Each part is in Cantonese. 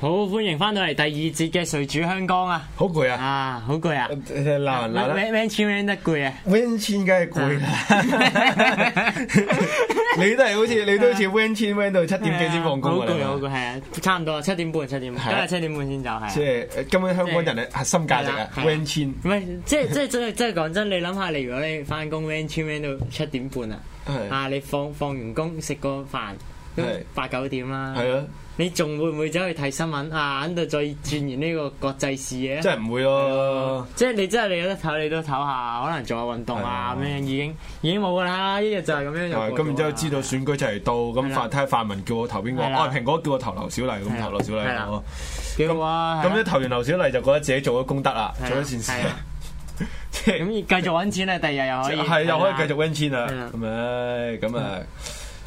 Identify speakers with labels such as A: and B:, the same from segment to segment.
A: 歡迎翻到嚟第二節嘅誰主香江啊！
B: 好攰啊！
A: 啊，好攰啊！
B: 誒誒鬧人鬧得
A: man man 超 man 得攰啊！
B: ，win 千梗係攰
A: 啊
B: 啦。 你都係好似你都好似 win 千 win 到七點幾先放工
A: 好
B: 㗎
A: 攰
B: 啦
A: 好攰，啊係啊，差唔多啊，七點半七點，
B: 係
A: 今
B: 啊
A: 日七點半先走
B: 即
A: 係啊。
B: 係誒根本香港人嘅核心價值
A: 係啦
B: 啊
A: 係啦
B: ，win 千
A: 唔係，即係即係即係即係講真，你諗下，你如果你翻工 man 超 man 到七點半啊，
B: 係
A: 啊你放放完工食個飯都
B: 係
A: 八九點啦，
B: 係啊，
A: 你仲會唔會走去睇新聞啊？喺度再鑽研呢個國際事嘢啊？
B: 真係唔會哦咯。
A: 即係你真係你有得唞，你都唞下，可能做下運動啊
B: 係啊
A: 咁樣，已經已經冇噶啦，一日就係咁樣就過
B: 係啊
A: 咗啦。
B: 咁然之後知道選舉就嚟到，
A: 係
B: 咁
A: 啦
B: 泛睇下泛民叫我投邊個，
A: 係啦
B: 啊蘋果叫我投劉小麗，
A: 係
B: 咁
A: 啦
B: 投劉小麗
A: 係啦
B: 喎。
A: 幾好啊，
B: 咁
A: 係
B: 一
A: 啊
B: 投完劉小麗就覺得自己做咗功德啦，
A: 係啊
B: 做咗善
A: 係
B: 事
A: 啊，
B: 即係
A: 咁而繼續揾錢啊，第二日又可以
B: 係又可以
A: 續
B: 繼續 win 千啦
A: 係啊啦，
B: 咁唉咁啊，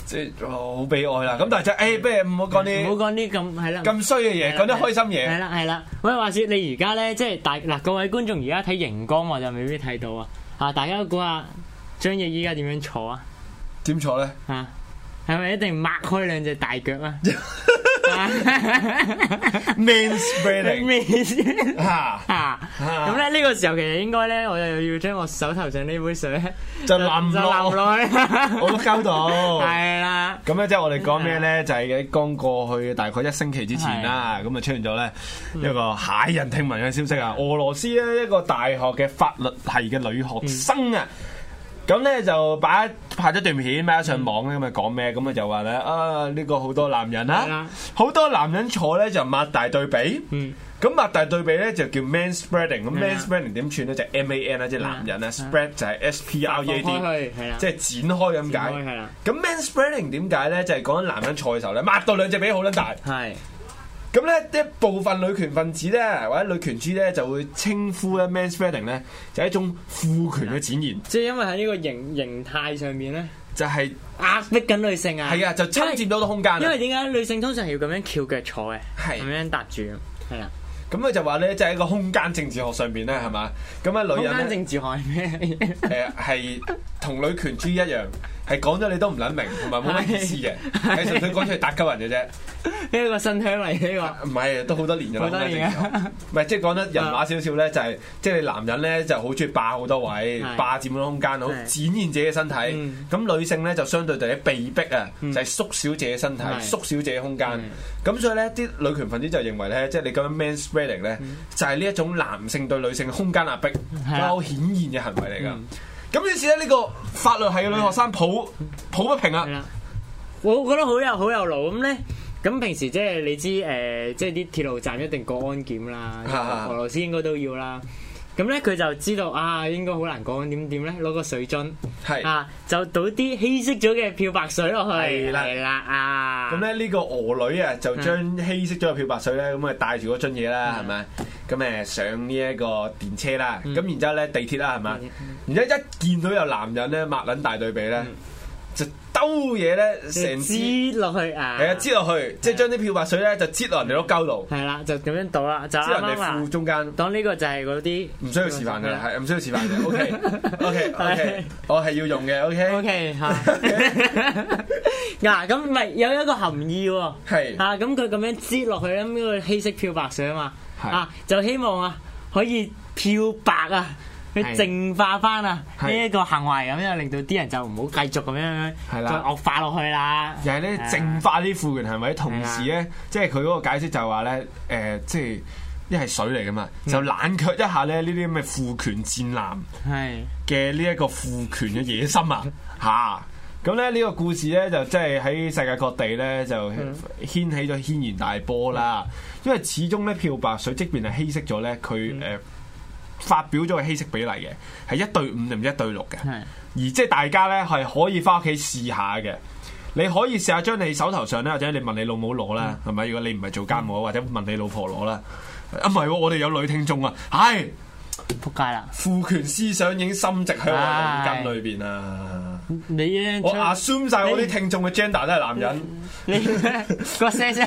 B: 即係好悲哀啦。咁但係就誒，不如唔好講
A: 唔好
B: 啲
A: 講啲咁係啦啊
B: 咁衰嘅嘢，講啲開心
A: 係
B: 嘢。
A: 啦係啦，喂，話說你而家咧，即係大嗱各位觀眾而家睇熒光我就未必睇到啊，啊大家估下張翼依家點樣坐啊？
B: 點坐咧？
A: 啊，係咪一定擘開兩隻大腳 啊？啊
B: Man spreading
A: 咩意思
B: 嚇，
A: 啊！咁咧呢個時候其實應該咧，我又要將我手頭上呢杯水咧
B: 就冧
A: 就
B: 落
A: 淋，落 去，
B: 我都溝到。
A: 係啦，
B: 咁咧，即係我哋講咩咧？就係喺剛過去大概一星期之前啦，咁啊出現咗咧一個駭人聽聞嘅消息啊！俄羅斯咧一個大學嘅法律系嘅女學生啊，
A: 嗯
B: 咁咧就擺拍咗段片擺咗上網咧，咁啊講咩？咁啊就話咧啊呢個好多男人
A: 嗯係
B: 啦
A: 啊，
B: 好多男人坐咧就擘大對比。
A: 嗯，
B: 咁擘大對比咧就叫 man spreading，
A: 係
B: 咁
A: 啊
B: man spreading 點串咧就 M A N 啦，即係男人啦
A: 係啊
B: ，spread 就係 S P R
A: 放
B: E
A: 開
B: A D，
A: 佢係啦，
B: 即係展開
A: 展
B: 咁解
A: 開。係啦，
B: 咁 man spreading 點解咧？就係講緊男人坐嘅時候咧，抹到兩隻髀好撚大。
A: 係
B: 咁咧，一部分女權分子咧，或者女權主義咧，就會稱呼咧 man spreading 咧，就係一種父權嘅展現，
A: 即係因為喺呢個形形態上面咧
B: 就係
A: 壓迫緊女性啊，
B: 係啊，就侵佔到個空間
A: 因
B: 啊。
A: 為點嗯解女性通常要咁樣翹腳坐嘅，
B: 係
A: 咁樣搭住，係啦，
B: 咁佢就話咧，即係喺個空間政治學上邊咧，係嘛？咁
A: 空
B: 啊，女
A: 間
B: 人咧，
A: 政治學係 咩？
B: 誒係同女權主義一樣，係講咗你都唔 撚明，同埋冇乜意思嘅，係純粹講出嚟打鳩人嘅啫。
A: 呢一個新香嚟 呢
B: 唔係，都好多年
A: 個，
B: 㗎啦，
A: 好得意 啊！
B: 唔係即係講得人話少少咧，就係即係你男人咧就好中意霸好多位
A: 係，
B: 霸佔好多空間，好
A: 係
B: 展現自己嘅身體。
A: 嗯
B: 咁女性咧就相對地被逼啊，就
A: 嗯
B: 係縮小自己身體，
A: 係
B: 縮小自己空間
A: 嗯。
B: 咁所以咧，啲女權分子就認為咧，即係你咁樣 man spreading 咧，就係呢一種男性對女性空間壓迫，
A: 嗯係嗯啊
B: 好顯現嘅行為嚟㗎。咁於是咧，呢個法律系嘅女學生抱抱不平
A: 係
B: 啦，
A: 啦，我覺得好有好有腦咁咧。咁平時即係你知誒、呃即係啲鐵路站一定過安檢啦，
B: 啊
A: 俄羅斯應該都要啦。咁咧佢就知道啊，應該好難過安檢點咧，攞個水樽
B: 係。
A: 啊，就倒啲稀釋咗嘅漂白水落去，
B: 係啦
A: 係啦啊，嗯
B: 咁咧呢個俄女啊，就將稀釋咗個漂白水咧，咁啊帶住嗰樽嘢啦，係咪？咁誒上呢一個電車啦，
A: 嗯
B: 咁然之後咧地鐵啦，係
A: 啊
B: 咪？然之後一見到有男人咧抹撚大對比
A: 嗯
B: 咧，就兜嘢咧成支，
A: 支落去啊，
B: 係啊，擠落去，即係將啲漂白水咧就擠落人哋碌鳩度，
A: 係啦，就咁樣倒啦，就
B: 擠
A: 啱
B: 落人
A: 嗯啱啊嗯
B: 哋褲
A: 啦。
B: 中間。
A: 當呢個就係嗰啲
B: 唔需要示範嘅，係唔需要示範嘅。OK OK OK，我係要用嘅。
A: O
B: OK
A: K 嚇。 嗱咁咪有一個含義喎。
B: 係
A: 啊，咁佢咁樣擠落去，咁佢稀釋漂白水啊嘛，
B: 係
A: 啊就希望啊可以漂白啊，去
B: 係
A: 淨化翻啊
B: 係
A: 呢一個行為，咁樣令到啲人就唔好繼續咁樣
B: 係
A: 再
B: 啦
A: 惡化落去啦。
B: 又係咧淨化啲賦權係咪？同時咧，即係佢啊嗰個解釋就係話咧，誒、即係一係水嚟噶嘛，就冷卻一下咧呢啲咁嘅賦權戰艦
A: 係
B: 嘅呢一個賦權嘅野心啊，嚇、咁咧呢個故事咧就即係喺世界各地咧就掀起咗軒然大波啦，因為始終咧漂白水即便係稀釋咗咧，佢誒、呃發表咗個稀釋比例嘅係一對五定唔知一對六嘅。
A: 係
B: 而即係大家咧係可以翻屋企試下嘅。你可以試下將你手頭上咧，或者你問你老母攞啦，係咪、如果你唔係做家務，啊或者問你老婆攞啦。啊，唔係喎，我哋有女聽眾啊，係
A: 仆街啦，
B: 父權思想已經深植喺我嘅腦筋裏邊啊！
A: 你咧，
B: 我 assume 晒我啲聽眾嘅 gender 都係男人，
A: 你 咧個聲聲，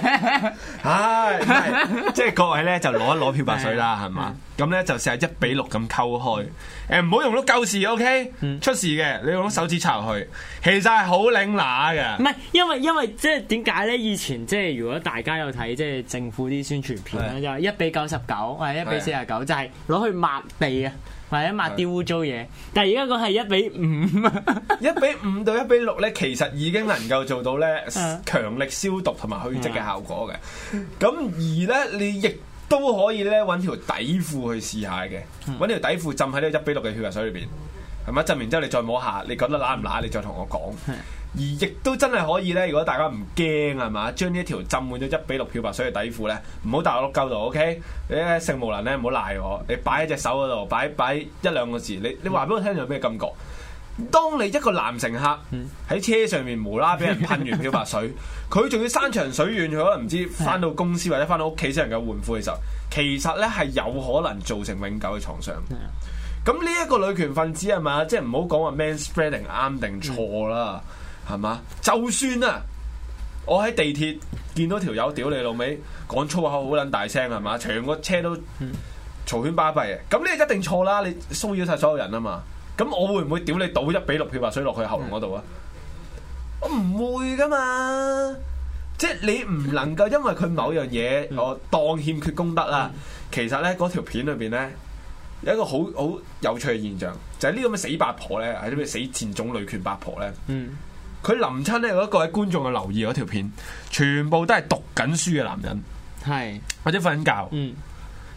B: 唉，唔係即係各位咧就攞一攞漂白水啦，係嘛？咁咧就試下一比六咁溝開，誒唔好用碌鳩匙，OK？出事嘅你用碌手指插入去，其實係好領乸
A: 唔
B: 嘅，
A: 係因為因為即係點解咧？以前即係如果大家有睇即係政府啲宣傳片咧，就係一比九十九或者一比四十九，就係攞去抹地啊，或者抹啲污糟嘢。但係而家講係一比五啊，
B: 一比五到一比六咧，其實已經能夠做到咧
A: 嗯
B: 強力消毒同埋去漬嘅效果嘅。咁而咧你亦都可以咧揾條底褲去試下嘅，揾條底褲浸喺呢一比六嘅漂白水裏邊，係咪？浸完之後你再摸下，你覺得乸唔乸？你再同我講。而亦都真係可以咧，如果大家唔驚係嘛，將呢一條浸滿咗一比六漂白水嘅底褲咧，唔好大落鳩度，OK？你咧性無能咧，唔好賴我，你擺喺隻手嗰度，擺擺一兩個字，你你話俾我聽有咩感覺？當你一個男乘客喺車上面無啦啦俾人噴完漂白水，佢仲要山長水遠，佢可能唔知翻到公司或者翻到屋企先能夠換褲嘅時候，其實咧係有可能造成永久嘅創傷。咁呢一個女權分子係啊嘛，即係唔好講話 man spreading 啱定錯啦，係嘛？就算啊，我喺地鐵見到條友屌你老味，講粗口好撚大聲係嘛，啊全個車都嘈喧巴閉嘅，咁呢一定錯啦！你騷擾晒所有人啊嘛，咁我會唔會屌你倒一比六漂白水落去喉嚨嗰度啊？我唔會噶嘛，即係你唔能夠因為佢某樣嘢，我當欠缺功德啦。其實咧，嗰條片裏邊咧。有一個好好有趣嘅現象，就係呢啲咁嘅死八婆咧，係啲咩死賤種女權八婆咧，
A: 嗯，
B: 佢臨親咧，有一個喺觀眾嘅留意嗰條片，全部都係讀緊書嘅男人，
A: 係，
B: 或者瞓緊覺。
A: 嗯，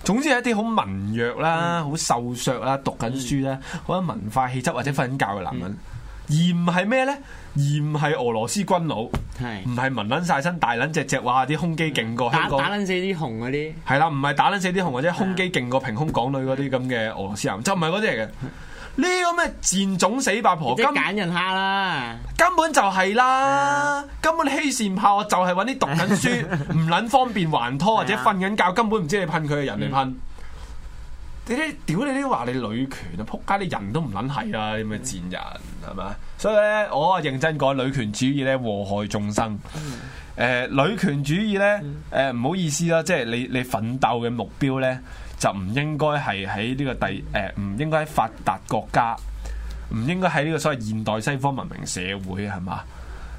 B: 總之係一啲好文弱啦、好瘦削啦、讀緊書啦、
A: 嗯
B: 好有文化氣質或者瞓緊覺嘅男人，而唔係咩咧？而唔係俄羅斯軍佬，唔
A: 係
B: 係紋撚晒身、大撚隻隻，哇！啲胸肌勁過
A: 打
B: 香港
A: 打。撚死啲紅嗰啲，
B: 係啦，唔係打撚死啲紅或者胸肌勁過平胸港女嗰啲咁嘅俄羅斯人，就唔係嗰啲嚟嘅。呢個咩賤種死八婆，
A: 即
B: 根
A: 嗯係揀人蝦啦，
B: 根本就係啦，根本欺善怕惡，就係揾啲讀緊書唔撚方便還拖或者瞓緊覺，根本唔知你噴佢嘅人嚟噴。你啲屌你啲話你女權啊，撲街你人都唔撚係啦，你咪賤人係咪？所以咧，我啊認真講女權主義咧禍害眾生。誒、女權主義咧，誒唔、好意思啦，即係你你奮鬥嘅目標咧，就唔應該係喺呢個第誒，唔、應該喺發達國家，唔應該喺呢個所謂現代西方文明社會係嘛？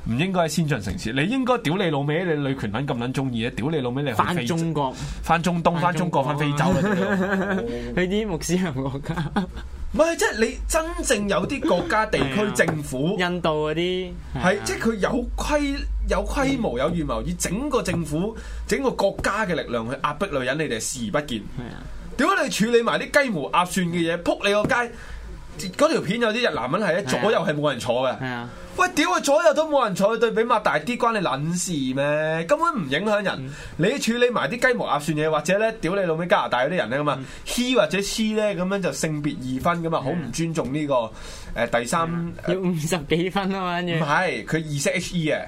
B: 唔應該喺先進城市，你應該屌你老味，你女權撚咁撚中意咧，啊屌你老味，你去
A: 反
B: 非洲
A: 中國，
B: 翻中東、翻中國、翻非洲啦，屌你老母
A: 去啲穆斯林國家，
B: 唔係，即係你真正有啲國家地區政府
A: 印度嗰啲，啊
B: 係即係佢有規有規
A: 嗯
B: 模有預謀，以整個政府、整個國家嘅力量去壓迫女人，你哋視而不見。
A: 係啊。
B: 點解你處理埋啲雞毛鴨蒜嘅嘢，撲你個街？嗰條片有啲日男人係咧，左右係冇人坐嘅
A: 係。啊，
B: 喂，屌啊！左右都冇人坐，對比擘大啲，關你撚事咩？根本唔影響
A: 嗯
B: 人。你處理埋啲雞毛鴨蒜嘢，或者咧，屌你老味加拿大嗰啲人咧咁啊，he
A: 嗯
B: 或者 she 咧咁樣就性別二分咁啊，好唔尊重呢個誒第三。
A: 要
B: 唔
A: 五十幾分啊嘛，跟住
B: 係，佢意識 he 嘅，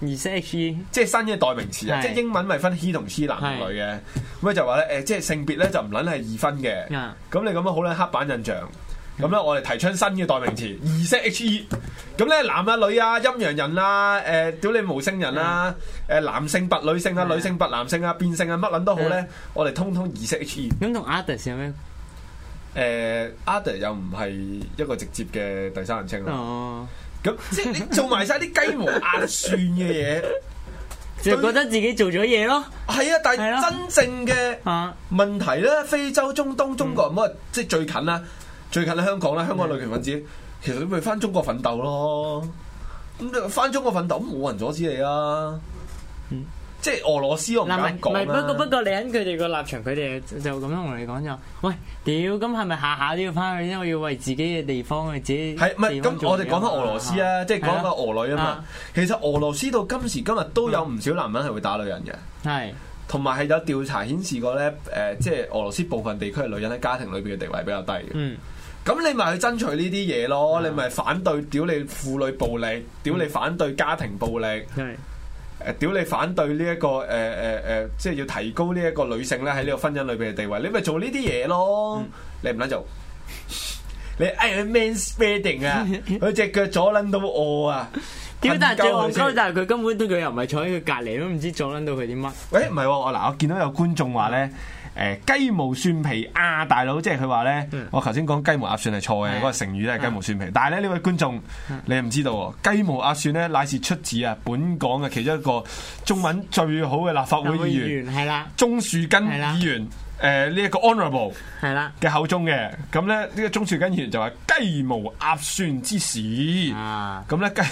A: 二 H E
B: 即係新嘅代名詞啊！
A: 係
B: 即係英文咪分 he 同 she 男同女嘅，咁就話咧誒，即係性別咧就唔撚係二分嘅。
A: 啊，
B: 咁你咁樣好撚刻板印象。咁咧，我哋提倡新嘅代名詞，意識 H E。咁咧，男啊、女啊、陰陽人啊、誒、屌你無性人啊、誒、男性拔女性啊、
A: 嗯
B: 女性拔男性啊、變性啊，乜撚都好咧
A: 嗯，
B: 我哋通通意識 H E。
A: 咁同 others 有咩？
B: 誒 other 又唔係一個直接嘅第三人稱啦。
A: 哦，
B: 咁即係你做埋晒啲雞毛鴨蒜 嘅嘢，
A: 就覺得自己做咗嘢咯，
B: 係啊，但
A: 係咯
B: 係真正嘅。
A: 啊，
B: 問題咧，非洲、中東、中
A: 嗯
B: 國咁啊，即係最近啦，最近喺香港啦，香港女權分子其實都咪翻中國奮鬥咯。咁翻中國奮鬥，冇人阻止你啊！
A: 嗯
B: 即係俄羅斯，我唔
A: 嗱，唔係
B: 敢
A: 唔係，
B: 講
A: 不過不
B: 啦。
A: 過你喺佢哋個立場，佢哋就咁樣同你講就，喂，屌，咁係咪下下都要翻去？因為要為自己嘅地方去自己
B: 係唔係
A: 地方
B: 咁？
A: 做
B: 我
A: 嘢
B: 哋講翻俄羅斯啊，即係講翻俄女啊嘛
A: 啊。
B: 其實俄羅斯到今時今日都有唔少男人係會打女人嘅，
A: 係
B: 同埋係有調查顯示過咧，誒，即係俄羅斯部分地區嘅女人喺家庭裏邊嘅地位比較低嘅。
A: 嗯
B: 咁你咪去爭取呢啲嘢咯，你咪反對屌你婦女暴力，屌你反對家庭暴力，誒、
A: 係
B: 屌你反對呢、一個誒誒誒，即係要提高呢一個女性咧喺呢個婚姻裏邊嘅地位，你咪做呢啲嘢咯，你唔撚做， 你哎你 man spreading 啊，佢只腳左撚到我啊！
A: 屌！但係最戇鳩，
B: 鳩
A: 但係佢根本都佢又唔係坐喺佢隔離，都唔知撞撚到佢啲乜。
B: 喂，唔係喎，我嗱，我見到有觀眾話咧。誒雞毛蒜皮啊，大佬，即係佢話咧，我頭先講雞毛鴨蒜係錯
A: 係
B: 嘅，嗰個成語咧係雞毛蒜皮。但係咧呢位觀眾，你係唔知道喎，雞毛鴨蒜咧乃是出自啊本港嘅其中一個中文最好嘅立法會
A: 有個
B: 議
A: 議
B: 員
A: 員係啦，
B: 鍾樹根
A: 係啦
B: 議員，誒呢一個 honourable。
A: 係啦。
B: 嘅口中嘅，咁咧呢個鍾樹根議員就話雞毛鴨蒜之事，
A: 啊，
B: 咁咧雞，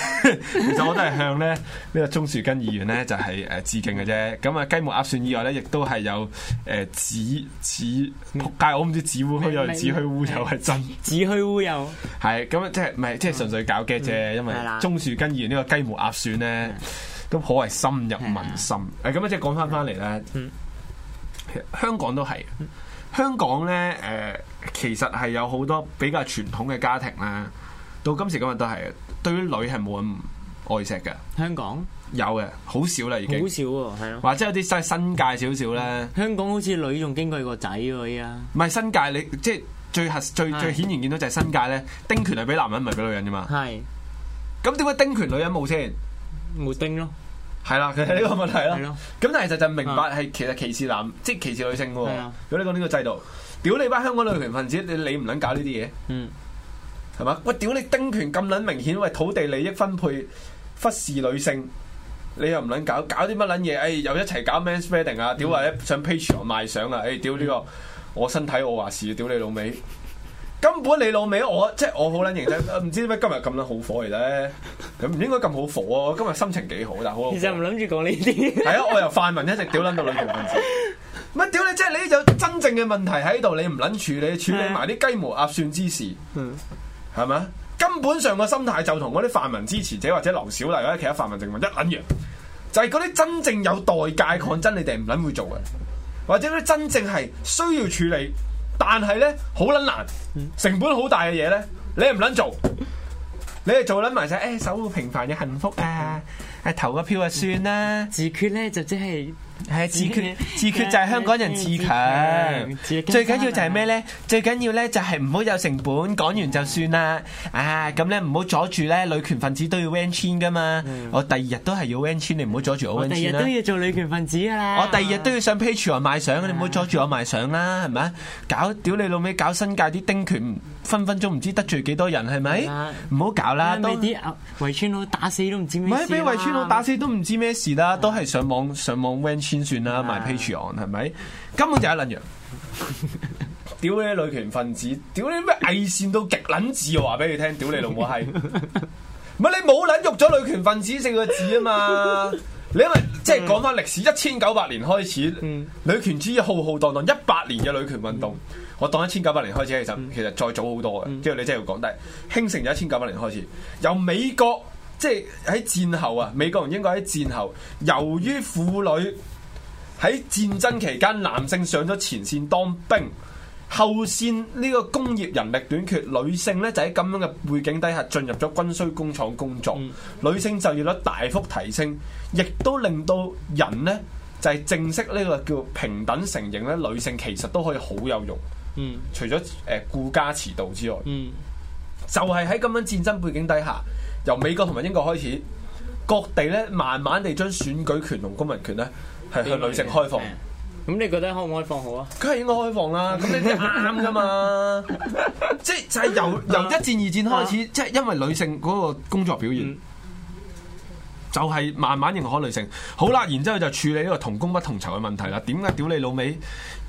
B: 其實我都係向咧呢個鍾樹根議員咧就係誒致敬嘅啫。咁啊雞毛鴨蒜以外咧，亦都係有誒子子仆街，我唔知子烏虛有定子虛烏有係真，
A: 子虛烏有，
B: 係咁即係唔係即係純粹搞 get 啫，因為
A: 嗯係啦嗯
B: 鍾樹根議員呢個雞毛鴨蒜咧都可謂深入民心。誒咁啊，即係講翻翻嚟咧，
A: 嗯
B: 其實香港都係。香港咧，誒、其實係有好多比較傳統嘅家庭啦，到今時今日都係對於女係冇咁愛錫嘅，
A: 香港
B: 有嘅好少啦已
A: 好
B: 經，
A: 少嗯喎，係咯。
B: 或者有啲新新界少少咧，
A: 香港好似女仲矜貴過仔喎，依家
B: 唔係新界你即係最核最
A: 係
B: 最顯然見到就係新界咧，丁權係俾男人唔係俾女人啫嘛，
A: 係
B: 咁點解丁權女人冇先？
A: 冇丁咯，
B: 係啦，其實呢個問題
A: 係
B: 啦。
A: 咯，啊
B: 咁但係其實就明白係其實歧視男，即係歧視女性嘅喎
A: 係啊。
B: 如果你講呢個制度，屌你班香港女權分子，你你唔撚搞呢啲嘢？
A: 嗯，
B: 係嘛？喂，屌你丁權咁撚明顯，喂土地利益分配忽視女性，你又唔撚搞搞啲乜撚嘢？誒、又一齊搞 man spreading
A: 嗯
B: 啊！屌啊！上 Patreon 賣相啊！誒、屌呢、個我身體我話事，屌你老味！根本你老味，我即係我好撚認真，唔知點解今日咁撚好火嚟咧？咁唔應該咁好火啊！我今日心情幾好，但係好好火
A: 其實唔諗住講呢啲，
B: 係啊，我由泛民一直屌撚到女權分子。乜屌你！即係你有真正嘅問題喺度，你唔撚處理，處理埋啲雞毛鴨蒜之事。
A: 嗯，
B: 係咪啊根本上個心態就同嗰啲泛民支持者或者劉小麗或者其他泛民政民一撚樣，就係嗰啲真正有代價嘅抗爭，你哋唔撚會做嘅，或者嗰啲真正係需要處理，但係咧好撚難，成本好大嘅嘢咧，你係唔撚做，你係做撚埋就係誒守護平凡嘅幸福啊！誒投個票就算啦，
A: 自決咧就即係
B: 係自 決，自決就係香港人自強。
A: 自強
B: 最緊要就係咩？呢？最緊要呢就係唔好有成本，講完就算啦。啊，咁呢唔好阻住呢女權分子都要 van 千噶嘛。我第二日都係要 van 千，你唔好阻住我
A: 嗯我
B: van
A: 第日
B: 千
A: 都
B: 啦。
A: 要啊做女權分子噶啦，
B: 我第二日都要上 Patreon 賣相，你唔好阻住我賣相啦，係咪啊？搞屌你老味，搞新界啲丁權，分分鐘唔知得罪幾多人，係咪
A: 係啊？
B: 唔好搞啦，
A: 啊，
B: 都
A: 俾啲牛圍村佬打死都唔知
B: 唔
A: 咩事啦，啊
B: 係俾圍村佬打死都唔知咩事啦，都係上網上網 van 千算啦，賣
A: 啊
B: Patreon 係咪？根本就係一撚樣。 屌你女權分子，屌你咩偽善到極撚字，我話俾你聽，屌你老母閪！唔係你冇撚喐咗女權分子四個字啊嘛！你因為即係講翻歷史，一千九百年開始，女權主義浩浩蕩蕩一百年嘅女權運動，我當一千九百年開始，其實其實再早好多嘅，之後你真係要講，但係興盛就一千九百年開始，由美國即係喺戰後啊，美國同英國喺戰後，由於婦女。喺戰爭期間，男性上咗前線當兵，後線呢個工業人力短缺，女性呢就喺咁樣嘅背景底下進入咗軍需工廠工作，女性就業率大幅提升，亦都令到人呢就係、正式呢個叫平等承認咧，女性其實都可以好有用，
A: 嗯，
B: 除咗誒、呃、顧家遲到之外。
A: 嗯
B: 就係喺咁樣戰爭背景底下，由美國同埋英國開始，各地咧慢慢地將選舉權同公民權咧係向女性開放
A: 係。咁你覺得開唔開放好啊？
B: 梗係應該開放啦，咁你啲啱噶嘛？即係就係由由一戰二戰開始，即係因為女性嗰個工作表現
A: 嗯。
B: 就係慢慢認可女性，好啦，然之後就處理呢個同工不同酬嘅問題啦。點解屌你老味？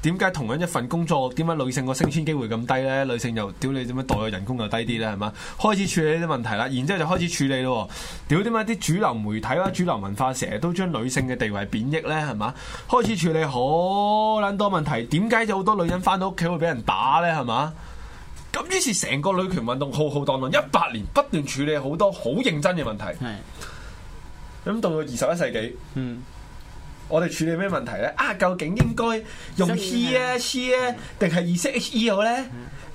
B: 點解同樣一份工作，點解女性個升遷機會咁低呢？女性又屌你點樣代嘅人工又低啲呢？係嘛？開始處理呢啲問題啦，然之後就開始處理咯。屌點解啲主流媒體啦、主流文化成日都將女性嘅地位貶抑呢？係嘛？開始處理好撚多問題，點解有好多女人翻到屋企會俾人打呢？係嘛？咁於是成個女權運動浩浩蕩蕩一百年，不斷處理好多好認真嘅問題。
A: 係，
B: 咁到到二十一世紀，
A: 嗯，
B: 我哋處理咩問題咧？啊，究竟應該用 he 啊、she 啊，定係意識 he 好咧？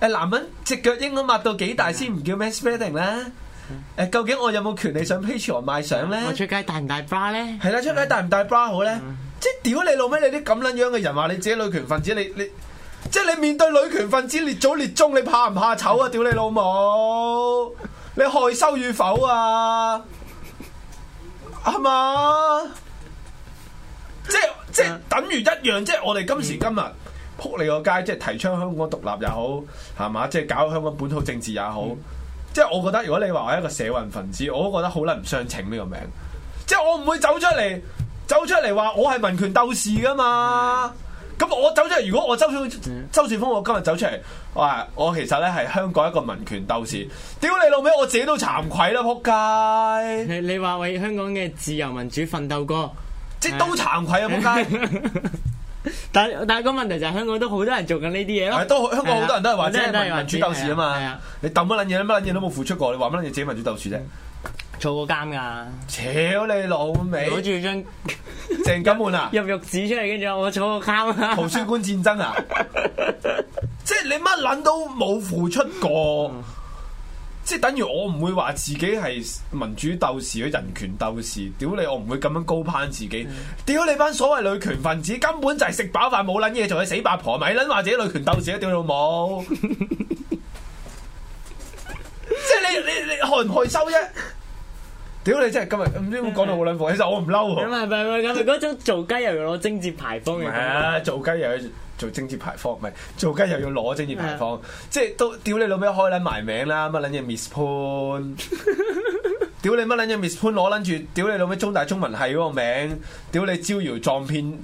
B: 誒，男人只腳應該抹到幾大先唔叫 man spreading 咧？誒，究竟我有冇權利上 Patreon 賣相咧？
A: 我出街大唔大 bra 咧？
B: 係啦，出街戴唔戴 bra 好咧？即係屌你老味，你啲咁撚樣嘅人話你自己女權分子，你你即係你面對女權分子列祖列宗，你怕唔怕醜啊？屌你老母！你害羞與否啊？係嘛？即係即係等於一樣，即係我哋今時今日。撲你個街，即係提倡香港獨立又好，係嘛？即係搞香港本土政治也好，即係我覺得如果你話我係一個社運分子，我都覺得好撚唔相稱呢個名。即係我唔會走出嚟，走出嚟話我係民權鬥士噶嘛。咁我走出嚟，如果我周小周志峰，我今日走出嚟，哇！我其實咧係香港一個民權鬥士，屌你老味，我自己都慚愧啦，仆街！
A: 你你話為香港嘅自由民主奮鬥過，
B: 即係都慚愧啊，仆街！
A: 但但係個問題就係香港都好多人做緊呢啲嘢咯
B: 係。啊都香港好多人都係話
A: 好
B: 即
A: 多人都
B: 係
A: 係話
B: 民主鬥士啊
A: 係
B: 嘛
A: 啊，嗯
B: 你抌乜撚嘢，乜撚嘢都冇付出過，你話乜撚嘢自己民主鬥士啫？
A: 坐過監㗎，
B: 屌你老
A: 攞
B: 味，
A: 住張
B: 鄭錦滿啊，
A: 入獄紙出嚟，跟住話我坐過監 啊。
B: 圖書館戰爭啊，即係你乜撚都冇付出過。即係等於我唔會話自己係民主鬥士或者人權鬥士，屌你我唔會咁樣高攀自己，屌你班所謂女權分子根本就係食飽飯冇撚嘢做嘅死八婆，咪撚話自己女權鬥士啊！屌你老母！即係你你你害唔害羞啫？屌你真係今日唔知點講到好撚火，其實我唔嬲
A: 咁啊
B: 喎。
A: 係咪咪咁？嗰種做雞又要攞精節牌坊
B: 唔
A: 嘅
B: 係
A: 感
B: 啊，做雞又要做政治牌坊，唔係做雞又要攞政治牌坊，即係都屌你老味開撚埋名啦，乜撚嘢 Miss 潘，屌你乜撚嘢 Miss 潘攞撚住，屌你老味中大中文系嗰個名，屌你招搖撞騙，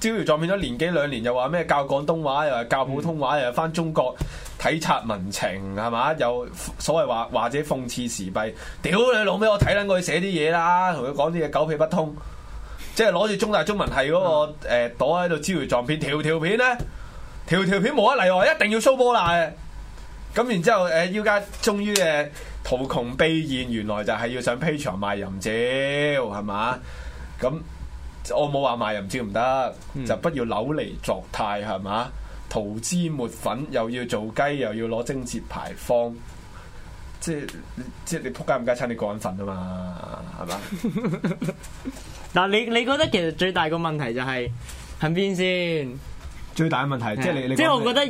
B: 招搖撞騙咗年幾兩年，又話咩教廣東話，又話教普通話，又話翻中國。體察民情係嘛？又所謂話或者諷刺時弊，屌你老味！我睇撚過佢寫啲嘢啦，同佢講啲嘢狗屁不通。即係攞住中大中文系嗰、個誒朵喺度招搖撞騙，條條片咧，條條片冇得例外，一定要蘇波娜嘅。咁然之後誒，依家終於誒圖窮匕現，原來就係要上 P 場賣淫照，係嘛？咁我冇話賣淫照唔得，就不要扭嚟作態，係嘛？塗脂抹粉，又要做雞，又要攞精節牌坊。即係即係你仆街唔家餐，你個人份啊嘛，係嘛？
A: 覺。嗱，你你覺得其實最大個問題就係喺邊先？
B: 最大嘅問題即係你，你
A: 即係
B: 講
A: 我覺得，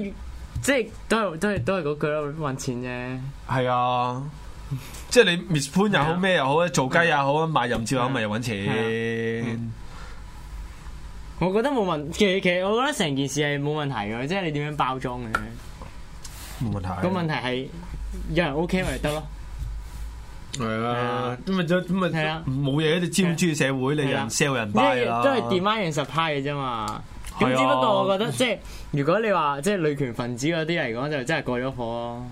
A: 即係都係都係都係嗰句咯，揾錢啫。
B: 係啊，即係你 miss 潘又
A: 係
B: 好
A: 啊
B: 咩又好，做雞又好，賣淫照又
A: 係
B: 好，
A: 啊啊
B: 咪又嗯揾錢。
A: 我覺得冇問，其實其實我覺得成件事係冇問題嘅，即係你點樣包裝嘅啫。
B: 冇問題。
A: 個問題係有人 OK 咪得咯。
B: 係
A: 係
B: 啊
A: 啊，
B: 咁咪咁咪
A: 係啊
B: 冇嘢，你知唔知社會你
A: 係啊
B: 人 sell 人
A: 即
B: buy
A: 係
B: 啦，
A: 都係 demand and supply 嘅啫嘛。咁
B: 係啊
A: 只不過我覺得即係如果你話即係女權分子嗰啲嚟講，就真係過咗火咯。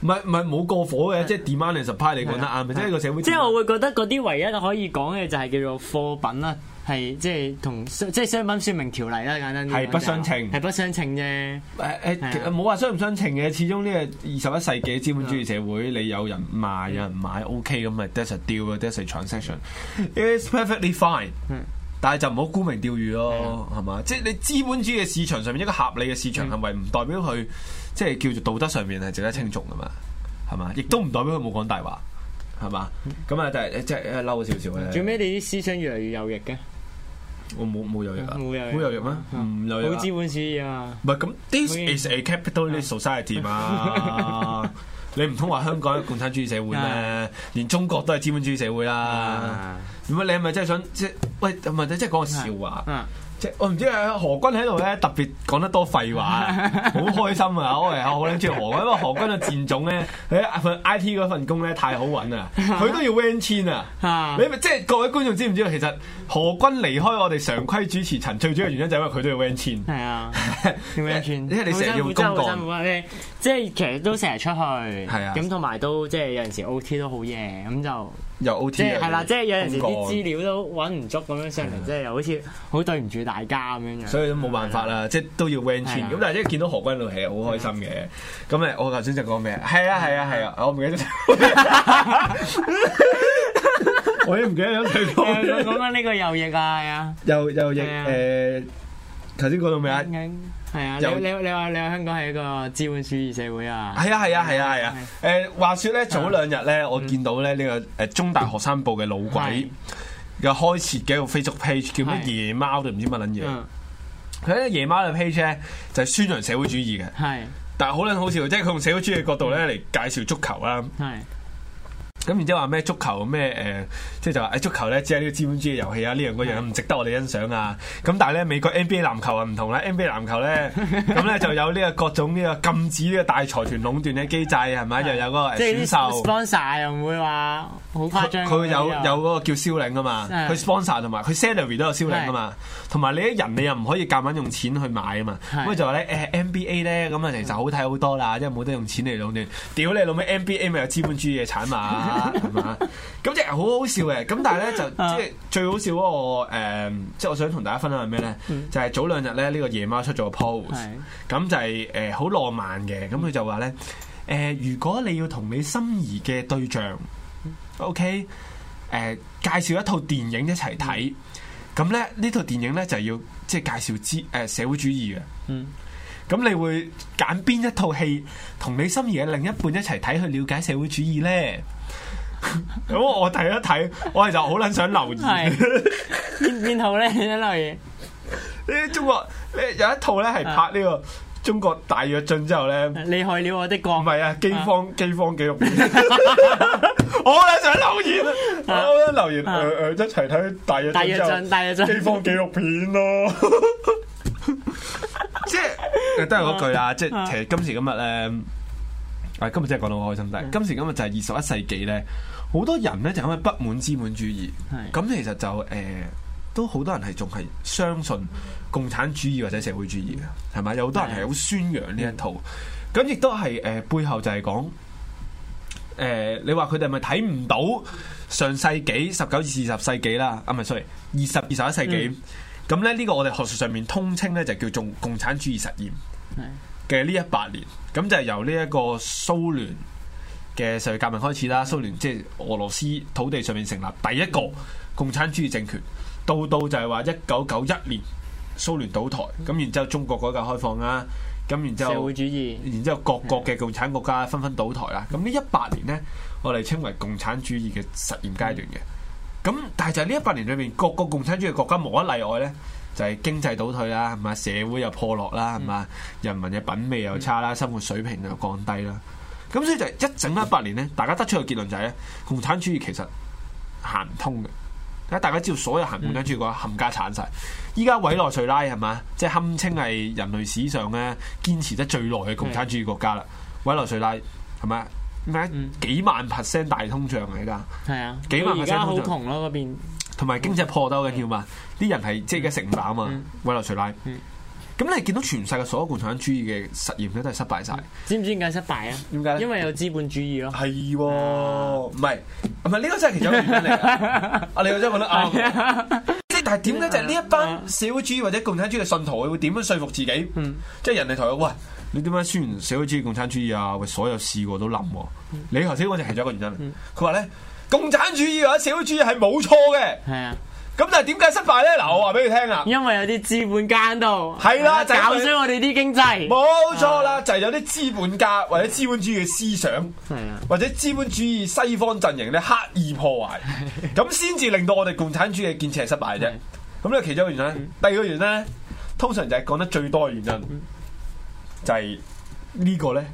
B: 唔係唔係冇過火嘅，即係 demand and supply 你講得
A: 係啊
B: 啱，即係個社 會。
A: 即係我會覺得嗰啲唯一可以講嘅就係叫做貨品啦，係即係同商即係商品説明條例啦，簡單啲講
B: 係不相稱
A: 就係不相稱啫。
B: 誒誒，其
A: 係
B: 實
A: 啊
B: 冇話相唔相情嘅，始終呢個二十一世紀資本主義社會，你有人賣有人買，OK 咁咪 that's a deal 啊，that's a transaction，it's perfectly fine
A: 嗯。
B: 但係就唔好沽名釣譽咯，
A: 係啊嗯
B: 係嘛？即係你資本主義嘅市場上面一個合理嘅市場行為，唔代表佢即係叫做道德上面係值得稱重噶嘛，係嘛？亦都唔代表佢冇講大話，係嘛？咁啊，但係即係嬲少少嘅。
A: 最尾你啲思想越嚟越右翼嘅，
B: 我冇冇有嘢啊？
A: 冇右翼，
B: 冇有嘢咩？唔有嘢
A: 好
B: 啊
A: 資本主義啊
B: 唔係咁，this
A: 冇嘢
B: is a capitalist society 嘛？你唔通話香港係共產主義社會咩
A: 啊？
B: 連中國都係資本主義社會啦。
A: 嘛。
B: 點解你係咪真係想即係喂？唔係即係講個笑話。
A: 啊
B: 即係我唔知啊，何君喺度咧特別講得多廢話，好開心啊！我係好撚中意何君，因為何君嘅戰種咧，佢份 I T 嗰份工咧太好揾啦，佢都要 van 千啊！
A: 啊！
B: 你咪即係各位觀眾知唔知啊道？其實何君離開我哋常規主持層最主要嘅原因就係因為佢都要 van 千。
A: 係 啊，
B: 因
A: 點樣轉？
B: 因為你成日要公
A: 真係好辛
B: 幹
A: 苦，啊！你即係其實都成日出去，係
B: 啊
A: 咁同埋都即係有陣時 O T 都好夜，咁就
B: 又 O
A: 即
B: T
A: 係係啦，即係有陣時
B: 啊公
A: 啲
B: 幹啊
A: 資料都揾唔足咁樣上嚟，即係又好似好對唔住大家咁樣樣。
B: 所以都冇辦法啦，即係都要 van
A: 嗯係
B: 錢。
A: 啊嗯
B: 咁但係一見到何君老係好開心嘅。咁誒，我頭先就講咩啊？係啊，係啊，係啊，我唔記得咗。 我都唔記得咗佢
A: 係啊。
B: 講
A: 講
B: 咩。
A: 講緊呢個右翼啊，係啊，
B: 又又亦
A: 係啊
B: 誒，頭先講到咩啊？
A: 係啊，
B: 右
A: 你你你話你話香港係一個資本主義社會啊，
B: 係啊係啊係啊係啊！誒話說咧，早兩日咧，我見到咧呢個誒中大學生部嘅老鬼
A: 嗯係
B: 嘅開設嘅一個 Facebook page 叫咩
A: 係
B: Dạ.
A: Ừ,
B: 夜貓定唔知乜撚嘢。
A: 嗯
B: 佢咧夜晚嘅 page 咧就係宣揚社會主義嘅，
A: 係
B: 但係好撚好笑，即係佢用社會主義嘅角度咧嚟介紹足球啦。
A: 係
B: 咁然之後話咩足球咩誒、呃即係就話誒足球咧只係呢個資本主義遊戲啊，呢樣嗰樣唔值得我哋欣賞啊。咁但係咧美國 NBA 籃球啊唔同啦，NBA 籃球 咧咁咧就有呢個各種呢個禁止呢個大財團壟斷嘅機制係咪？又有嗰個誒
A: 即係
B: 選
A: 啲
B: 秀。
A: sponsor 又唔會話好誇
B: 佢
A: 張。
B: 佢有有嗰個叫銷領啊嘛，
A: 係
B: 佢 sponsor 同埋佢 salary 都有銷領啊嘛，同埋你啲人你又唔可以夾硬用錢去買啊嘛，
A: 係
B: 咁佢就話咧誒 NBA 咧咁啊其實好睇好多啦，因為冇得用錢嚟壟斷，屌你老味 NBA 咪有資本主義嘅產物啊 係嘛，咁即係好好笑嘅，咁但係咧就
A: 啊
B: 即係最好笑嗰個誒即係我想同大家分享係咩咧
A: 嗯，
B: 就係早兩日咧呢個夜貓出咗個 post。
A: 係
B: 咁就係誒好浪漫嘅，咁佢就話咧誒，如果你要同你心儀嘅對象，OK，誒、介紹一套電影一齊睇，咁咧呢套電影咧就要即係介紹之誒、社會主義嘅，
A: 嗯
B: 咁你會揀邊一套戲同你心儀嘅另一半一齊睇去了解社會主義咧？ 咁我睇一睇，我係就好撚想留
A: 係
B: 言。
A: 邊邊套咧呢類
B: 呢中國呢有一套咧係拍呢個中國大躍進之後咧。
A: 嘢？你害了我的國
B: 唔。係啊，饑荒饑荒紀錄 片，我咧想留言，啊我咧留言
A: 啊
B: 誒誒一齊睇大約
A: 大躍進，大躍進
B: 饑荒紀錄片咯， 即係呃都係嗰句啦，即係其實今時今日咧，啊今日真係講到好開心，但係今時今日就係二十一世紀咧，好多人咧就因為不滿資本主義，
A: 係
B: 咁其實就誒。都好多人係仲係相信共產主義或者社會主義嘅，係咪？有好多人係好宣揚呢一套，咁亦都係誒背後就係講誒，你話佢哋係咪睇唔到上世紀十九至二十世紀啦？啊，唔係，sorry，二十二十一世
A: 嗯
B: 紀。咁咧呢個我哋學術上面通稱咧就叫做共產主義實驗
A: 係
B: 嘅呢一百年，咁就係由呢一個蘇聯嘅世界革命開始啦，蘇聯即係俄羅斯土地上面成立第一個共產主義政權，到到就係話一九九一年蘇聯倒台，咁然之後中國改革開放啦，咁然之
A: 社
B: 後
A: 會。主義
B: 然之後各國嘅共產國家紛紛倒台啦。咁呢一百年呢，我哋稱為共產主義嘅實驗階段嘅。咁但係就係呢一百年裏面，各個共產主義國家無一例外呢，就係、經濟倒退啦，係嘛？社會又破落啦，係嘛？
A: 嗯
B: 人民嘅品味又差啦，生活水平又降低啦。咁所以就一整一百年呢，大家得出嘅結論就係、呢，共產主義其實行唔通嘅。大家知道所有行共產主義國
A: 嗯
B: 家冚家鏟晒。依家委內瑞拉係嘛，即係堪稱係人類史上咧堅持得最耐嘅共產主義國家啦。委內瑞拉係咪？咩啊
A: 嗯
B: 幾萬 percent 大通脹嚟㗎，
A: 係啊，
B: 幾萬
A: 佢
B: percent
A: 而家好
B: 通脹
A: 窮咯嗰邊。
B: 同埋經濟破得好緊要嘛，啲人係即係而家食唔飽啊嘛
A: 嗯，
B: 委內瑞拉。
A: 嗯
B: 咁你見到全世界所有共產主義嘅實驗咧都係失敗晒，
A: 知唔知點解失敗啊？
B: 點解咧
A: 嗯因為有資本主義咯。
B: 係喎，唔係唔係呢個真係其中一個原因嚟㗎。 啊，嗯你真係講得啱喎。即係但係點解就係呢一班社會主義或者共產主義嘅信徒，佢會點樣說服自己？
A: 嗯
B: 即係人哋同佢喂，你點解宣傳社會主義、共產主義啊？喂，所有試過都冧喎。你頭先嗰就係其中一個原因嚟。佢話咧，共產主義或者社會主義係冇錯嘅，
A: 係啊，
B: 咁但係點解失敗咧？嗱，我話俾你聽啦。啊
A: 因為有啲資本家喺度，啊
B: 係啦就係
A: 搞
B: 佢
A: 衰我哋啲經濟。
B: 冇錯啦，就係有啲資本家或者資本主義嘅思想，
A: 係啊，
B: 或者資本主義西方陣營咧刻意破壞，咁先至令到我哋共產主義嘅建設係失敗啫
A: 係。嗯
B: 咁呢個其中一個原因，第二個原因咧，通常就係講得最多嘅原因，就係呢個咧，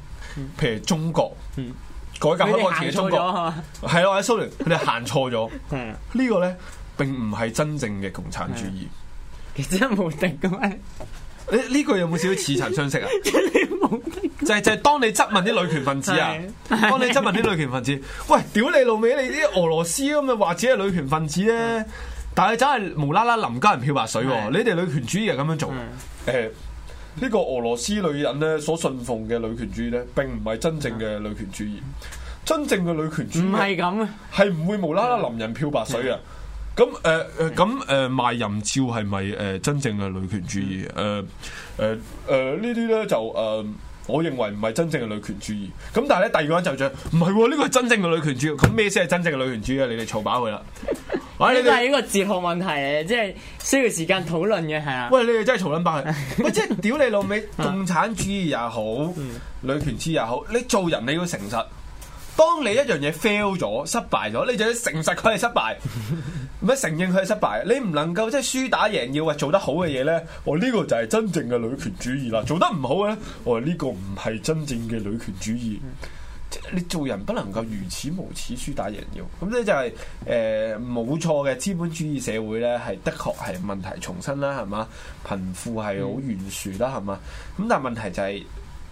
B: 譬如中國
A: 嗯
B: 改革
A: 佢
B: 開
A: 哋
B: 放
A: 行
B: 前嘅中
A: 錯
B: 國
A: 咗，啊
B: 係咯，或者蘇聯，佢哋行錯咗，
A: 係啊，
B: 呢個咧並唔係真正嘅共產主義。
A: 其實冇定嘅 咩？
B: 呢呢句有冇少少似曾 相識啊？
A: 你冇定
B: 就係就係當你質問啲女權分子啊，
A: 係
B: 當你質問啲女權 分子，喂，屌你老味，你啲俄羅斯咁嘅或者係女權分子咧，但係真係無啦啦臨家人漂白水喎，
A: 嗯係嗯
B: 你哋女權主義係咁樣做
A: 係，
B: 誒。呢個俄羅斯女人咧所信奉嘅女權主義咧，並唔係真正嘅女權主義。真正嘅女權主
A: 唔
B: 義
A: 係咁啊！
B: 係唔會無啦啦淋人漂白水嘅。咁誒誒咁誒賣淫照係咪誒真正嘅女權主義？誒誒誒呢啲咧就誒、我認為唔係真正嘅女權主義。咁但係咧，第二個人就就唔係喎，呢個係真正嘅女權主義。咁咩先係真正嘅女權主義啊？你哋嘈飽佢啦！
A: 呢
B: 喂啊你
A: 個
B: 哋
A: 係一個哲學問題嚟，即係需要時間討論嘅，係啊。
B: 喂，你哋真係嘈撚爆佢！喂，即係屌你老味，共產主義也好，女權主義也好，你做人你要誠實。當你一樣嘢 fail 咗、失敗咗，你就要誠實佢係失敗，唔係承認佢係失敗。你唔能夠即係輸打贏要話做得好嘅嘢咧，我呢個就係真正嘅女權主義啦。做得唔好嘅咧，我話呢個唔係真正嘅女權主義。即係你做人不能夠如此無恥，輸打贏要。咁呢就係誒冇錯嘅資本主義社會咧，係的確係問題重生啦，係嘛？貧富係好懸殊啦，係嘛？
A: 嗯
B: 咁但係問題就係、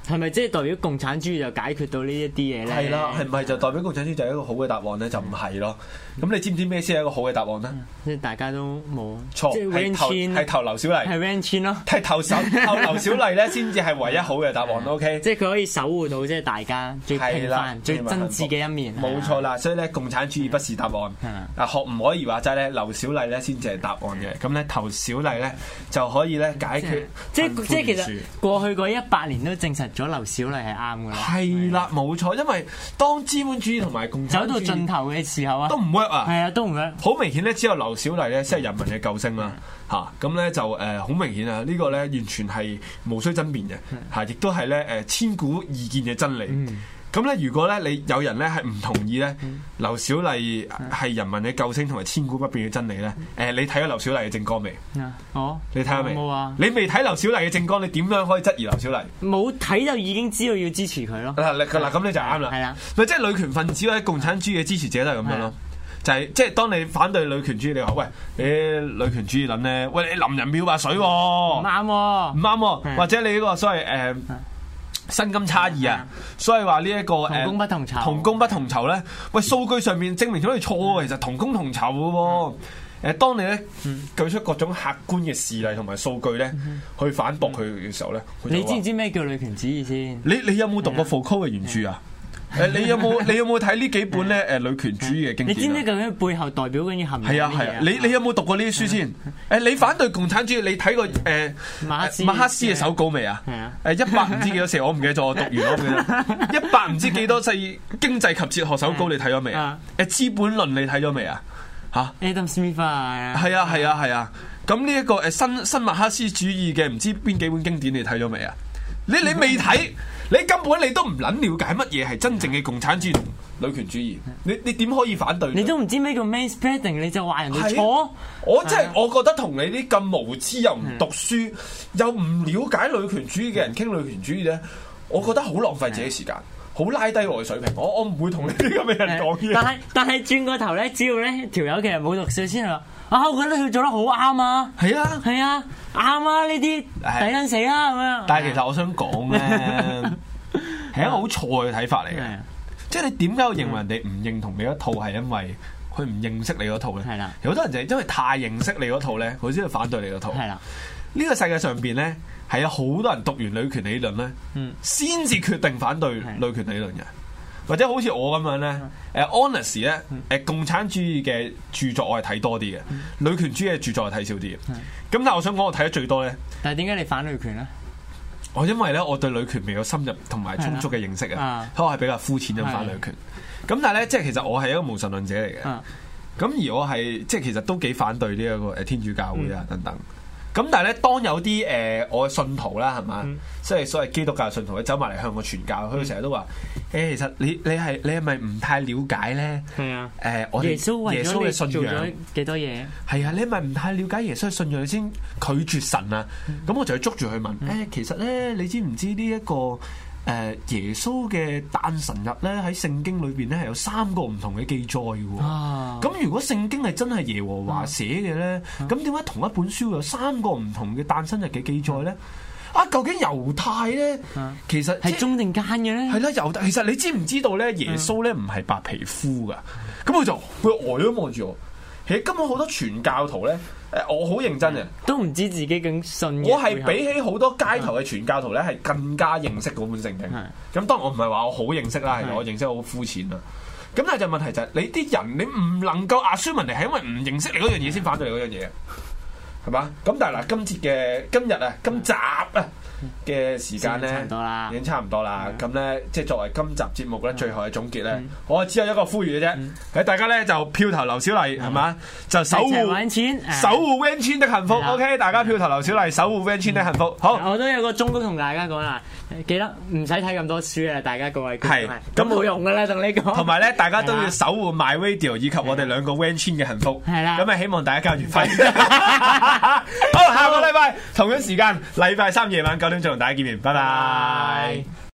A: 係咪即係代表共產主義就解決到呢一啲嘢咧？
B: 係啦，係咪就代表共產主義就係一個好嘅答案咧？就唔係咯。
A: 嗯
B: 咁你知唔知咩先係一個好嘅答案咧？
A: 即係大家都冇
B: 錯，
A: 嗯即係
B: 係
A: van
B: 投
A: chin
B: 係投劉小麗，
A: 係 van 千咯，
B: 係 投手投劉小麗咧，先至係唯一好嘅答案。OK，
A: 即係佢可以守護到即係大家最
B: 係
A: 平
B: 啦
A: 凡、最真摯嘅一面。
B: 冇錯啦。所以咧，共產主義不是答案。
A: 係啊，
B: 啊，學唔可以話齋咧，劉小麗咧先至係答案嘅。咁咧，投小麗咧就可以咧解決
A: 即
B: 貧富
A: 係即係其
B: 懸殊
A: 實過去嗰一百年都證實咗劉小麗係啱嘅啦，
B: 係啦，冇錯。因為當資本主義同埋共產
A: 走
B: 主
A: 到盡
B: 義
A: 頭嘅時候啊
B: 都，唔 work 啊。
A: 係啊，都唔得。
B: 好明顯咧，只有劉小麗咧先係人民嘅救星啦，嚇咁咧就誒好明顯啊！呢個咧完全係無需爭辯嘅嚇，亦都係咧誒千古易見嘅真理。
A: 嗯
B: 咁咧，如果咧你有人咧係唔同意咧，劉小麗
A: 嗯
B: 係人民嘅救星同埋千古不變嘅真理咧，誒你睇咗劉小麗嘅政綱未？
A: 啊哦，
B: 你睇下未？
A: 冇啊，
B: 你未睇劉小麗嘅政綱，你點樣可以質疑劉小麗？
A: 冇睇就已經知道要支持佢咯。
B: 嗱嗱嗱咁你就啱啦。
A: 係啦，
B: 咪即係女權分子或者共產主義嘅支持者都係咁樣
A: 係
B: 咯
A: 啊。
B: 就係即係當你反對女權主義，你話喂，你女權主義諗咧，喂你淋人漂白水喎，
A: 唔
B: 哦唔
A: 啱喎。
B: 啱喎，
A: 係
B: 或者你呢個所謂誒薪金差異啊，所以話呢一個
A: 同工
B: 誒
A: 不同酬，
B: 同工不同酬咧，喂數據上面證明咗你錯
A: 嗯
B: 喎，其實同工同酬嘅喎。誒，當你咧舉出各種客觀嘅事例同埋數據咧，去反駁佢嘅時候咧，佢
A: 嗯
B: 就
A: 你
B: 話
A: 知嗯唔知咩叫女權主義先？
B: 你你有冇讀過傅柯嘅原著啊？誒，你有冇 你有冇睇呢幾本咧？誒，女權主義嘅經
A: 嗯你知唔知
B: 典啊？
A: 究竟背後代表緊啲含義？
B: 係啊係啊，你你有冇讀過呢啲書先？誒，你反對共產主義，你睇過誒
A: 嗯馬克思
B: 馬克思嘅手稿未啊？
A: 係啊，
B: 誒一百唔知幾多四，我唔記得咗，我讀完我唔記得。一百唔知幾多世經濟及哲學手稿你睇咗未啊？誒資本論你睇咗未啊？嚇！
A: Adam Smith 啊，
B: 係啊係啊係啊！咁呢一個誒新新馬克思主義嘅唔知邊幾本經典你睇咗未啊？你你未睇，你根本你都唔撚了解乜嘢係真正嘅共產主義同女權主義，你你點可以反對？
A: 你都唔知咩叫 main spreading，你就話人哋
B: 係
A: 錯，
B: 我真係啊嗯我覺得同你啲咁無知又唔讀書又唔了解女權主義嘅人傾女權主義咧，我覺得好浪費自己時間，好拉低我嘅水平。我我唔會同你啲咁嘅人講
A: 但
B: 嘢。
A: 係但係轉個頭咧，只要咧條友其實冇讀書先話，啊，我覺得佢做得好啱啊，
B: 係啊，
A: 係啊，啱啊，呢啲抵
B: 係
A: 撚死啦咁樣。
B: 但係其實我想講咧， 係一個好錯嘅睇法嚟嘅
A: 係。啊
B: 即係你點解會認為人哋唔認同你嗰套係因為佢唔認識你嗰套咧？
A: 係啦
B: 有好多人就係因為太認識你嗰套咧，佢先會反對你嗰套。
A: 係啦，
B: 呢個世界上邊咧係有好多人讀完女權理論咧
A: 嗯，
B: 先至決定反對
A: 係
B: 女權理論嘅。或者好似我咁樣咧，誒 honest 咧，誒共產主義嘅著作我係睇多啲嘅，女權主義嘅著作我係睇少啲嘅。咁但係我想講，我睇得最多咧，
A: 但係點解你反女權咧？
B: 我哦因為咧，我對女權未有深入同埋充足嘅認識啊
A: 啊，
B: 所以我係比較膚淺咁反女權。咁但係咧，即係其實我係一個無神論者嚟嘅。
A: 啊
B: 咁而我係即係其實都幾反對呢一個誒天主教會
A: 嗯
B: 啊等等。咁但係咧，當有啲誒、呃我嘅信徒啦，係嘛，
A: 嗯
B: 即係所謂基督教信徒咧，走埋嚟向我傳教，佢哋成日都話：誒、其實你你係你係咪唔太了解咧？
A: 係啊，
B: 誒、我哋
A: 耶穌為
B: 耶
A: 咗
B: 穌
A: 你
B: 嘅信
A: 做
B: 仰
A: 咗幾多嘢？
B: 係啊，你係咪唔太了解耶穌嘅信仰，你先拒絕神啊。
A: 嗯
B: 咁、我就去捉住佢問：誒、其實咧，你知唔知呢、一個誒、呃耶穌嘅誕辰日咧，喺聖經裏邊咧係有三個唔同嘅記載嘅喎。
A: 啊，嗯
B: 咁如果聖經係真係耶和華寫嘅咧，咁點解同一本書有三個唔同嘅誕生日嘅記載咧？啊，究竟猶太咧
A: 嗯，
B: 其實即
A: 係中定奸嘅咧
B: 係？啦，猶太其實你知唔知道咧？耶穌咧唔係白皮膚噶，咁佢就佢呆咗望住我。其實根本好多傳教徒咧，誒我好認真嘅，
A: 都唔知自己咁信嘅背後。
B: 我係比起好多街頭嘅傳教徒咧，係更加認識嗰本聖經。
A: 嗯啊
B: 咁當然我唔係話我好認識啦，係
A: 係
B: 我認識好膚淺啦。咁但係就問題就係你啲人，你唔能夠 assume 人哋係因為唔認識你嗰樣嘢先反對你嗰樣嘢。係嘛？咁但係嗱，今節嘅今日啊，今集啊嘅時
A: 時
B: 間
A: 間差
B: 咧
A: 唔多啦，
B: 已經差唔多啦。咁咧，即係作為今集節目咧，最後嘅總結咧
A: 啊嗯，
B: 我只有一個呼籲嘅啫，誒大家咧就票投劉小麗
A: 嗯
B: 係嘛，就守
A: 一齊
B: 護
A: 揾錢，啊誒
B: 守護 Van Chin 的幸福。
A: 係啦
B: OK，大家票投劉小麗，守護 Van Chin 的幸福。好。
A: 我都有個忠告同大家講啦，記得唔使睇咁多書啊，大家各位觀眾
B: 係
A: 咁冇用噶啦，同你講。
B: 同埋咧，大家都
A: 係啊
B: 要
A: 啦
B: 守護 My Radio 以及我哋兩個 Van Chin 嘅幸福。
A: 係啦
B: 咁啊希望大家交月費。 好，下個禮拜同樣時間，禮拜三夜晚九點再同大家見面，拜拜。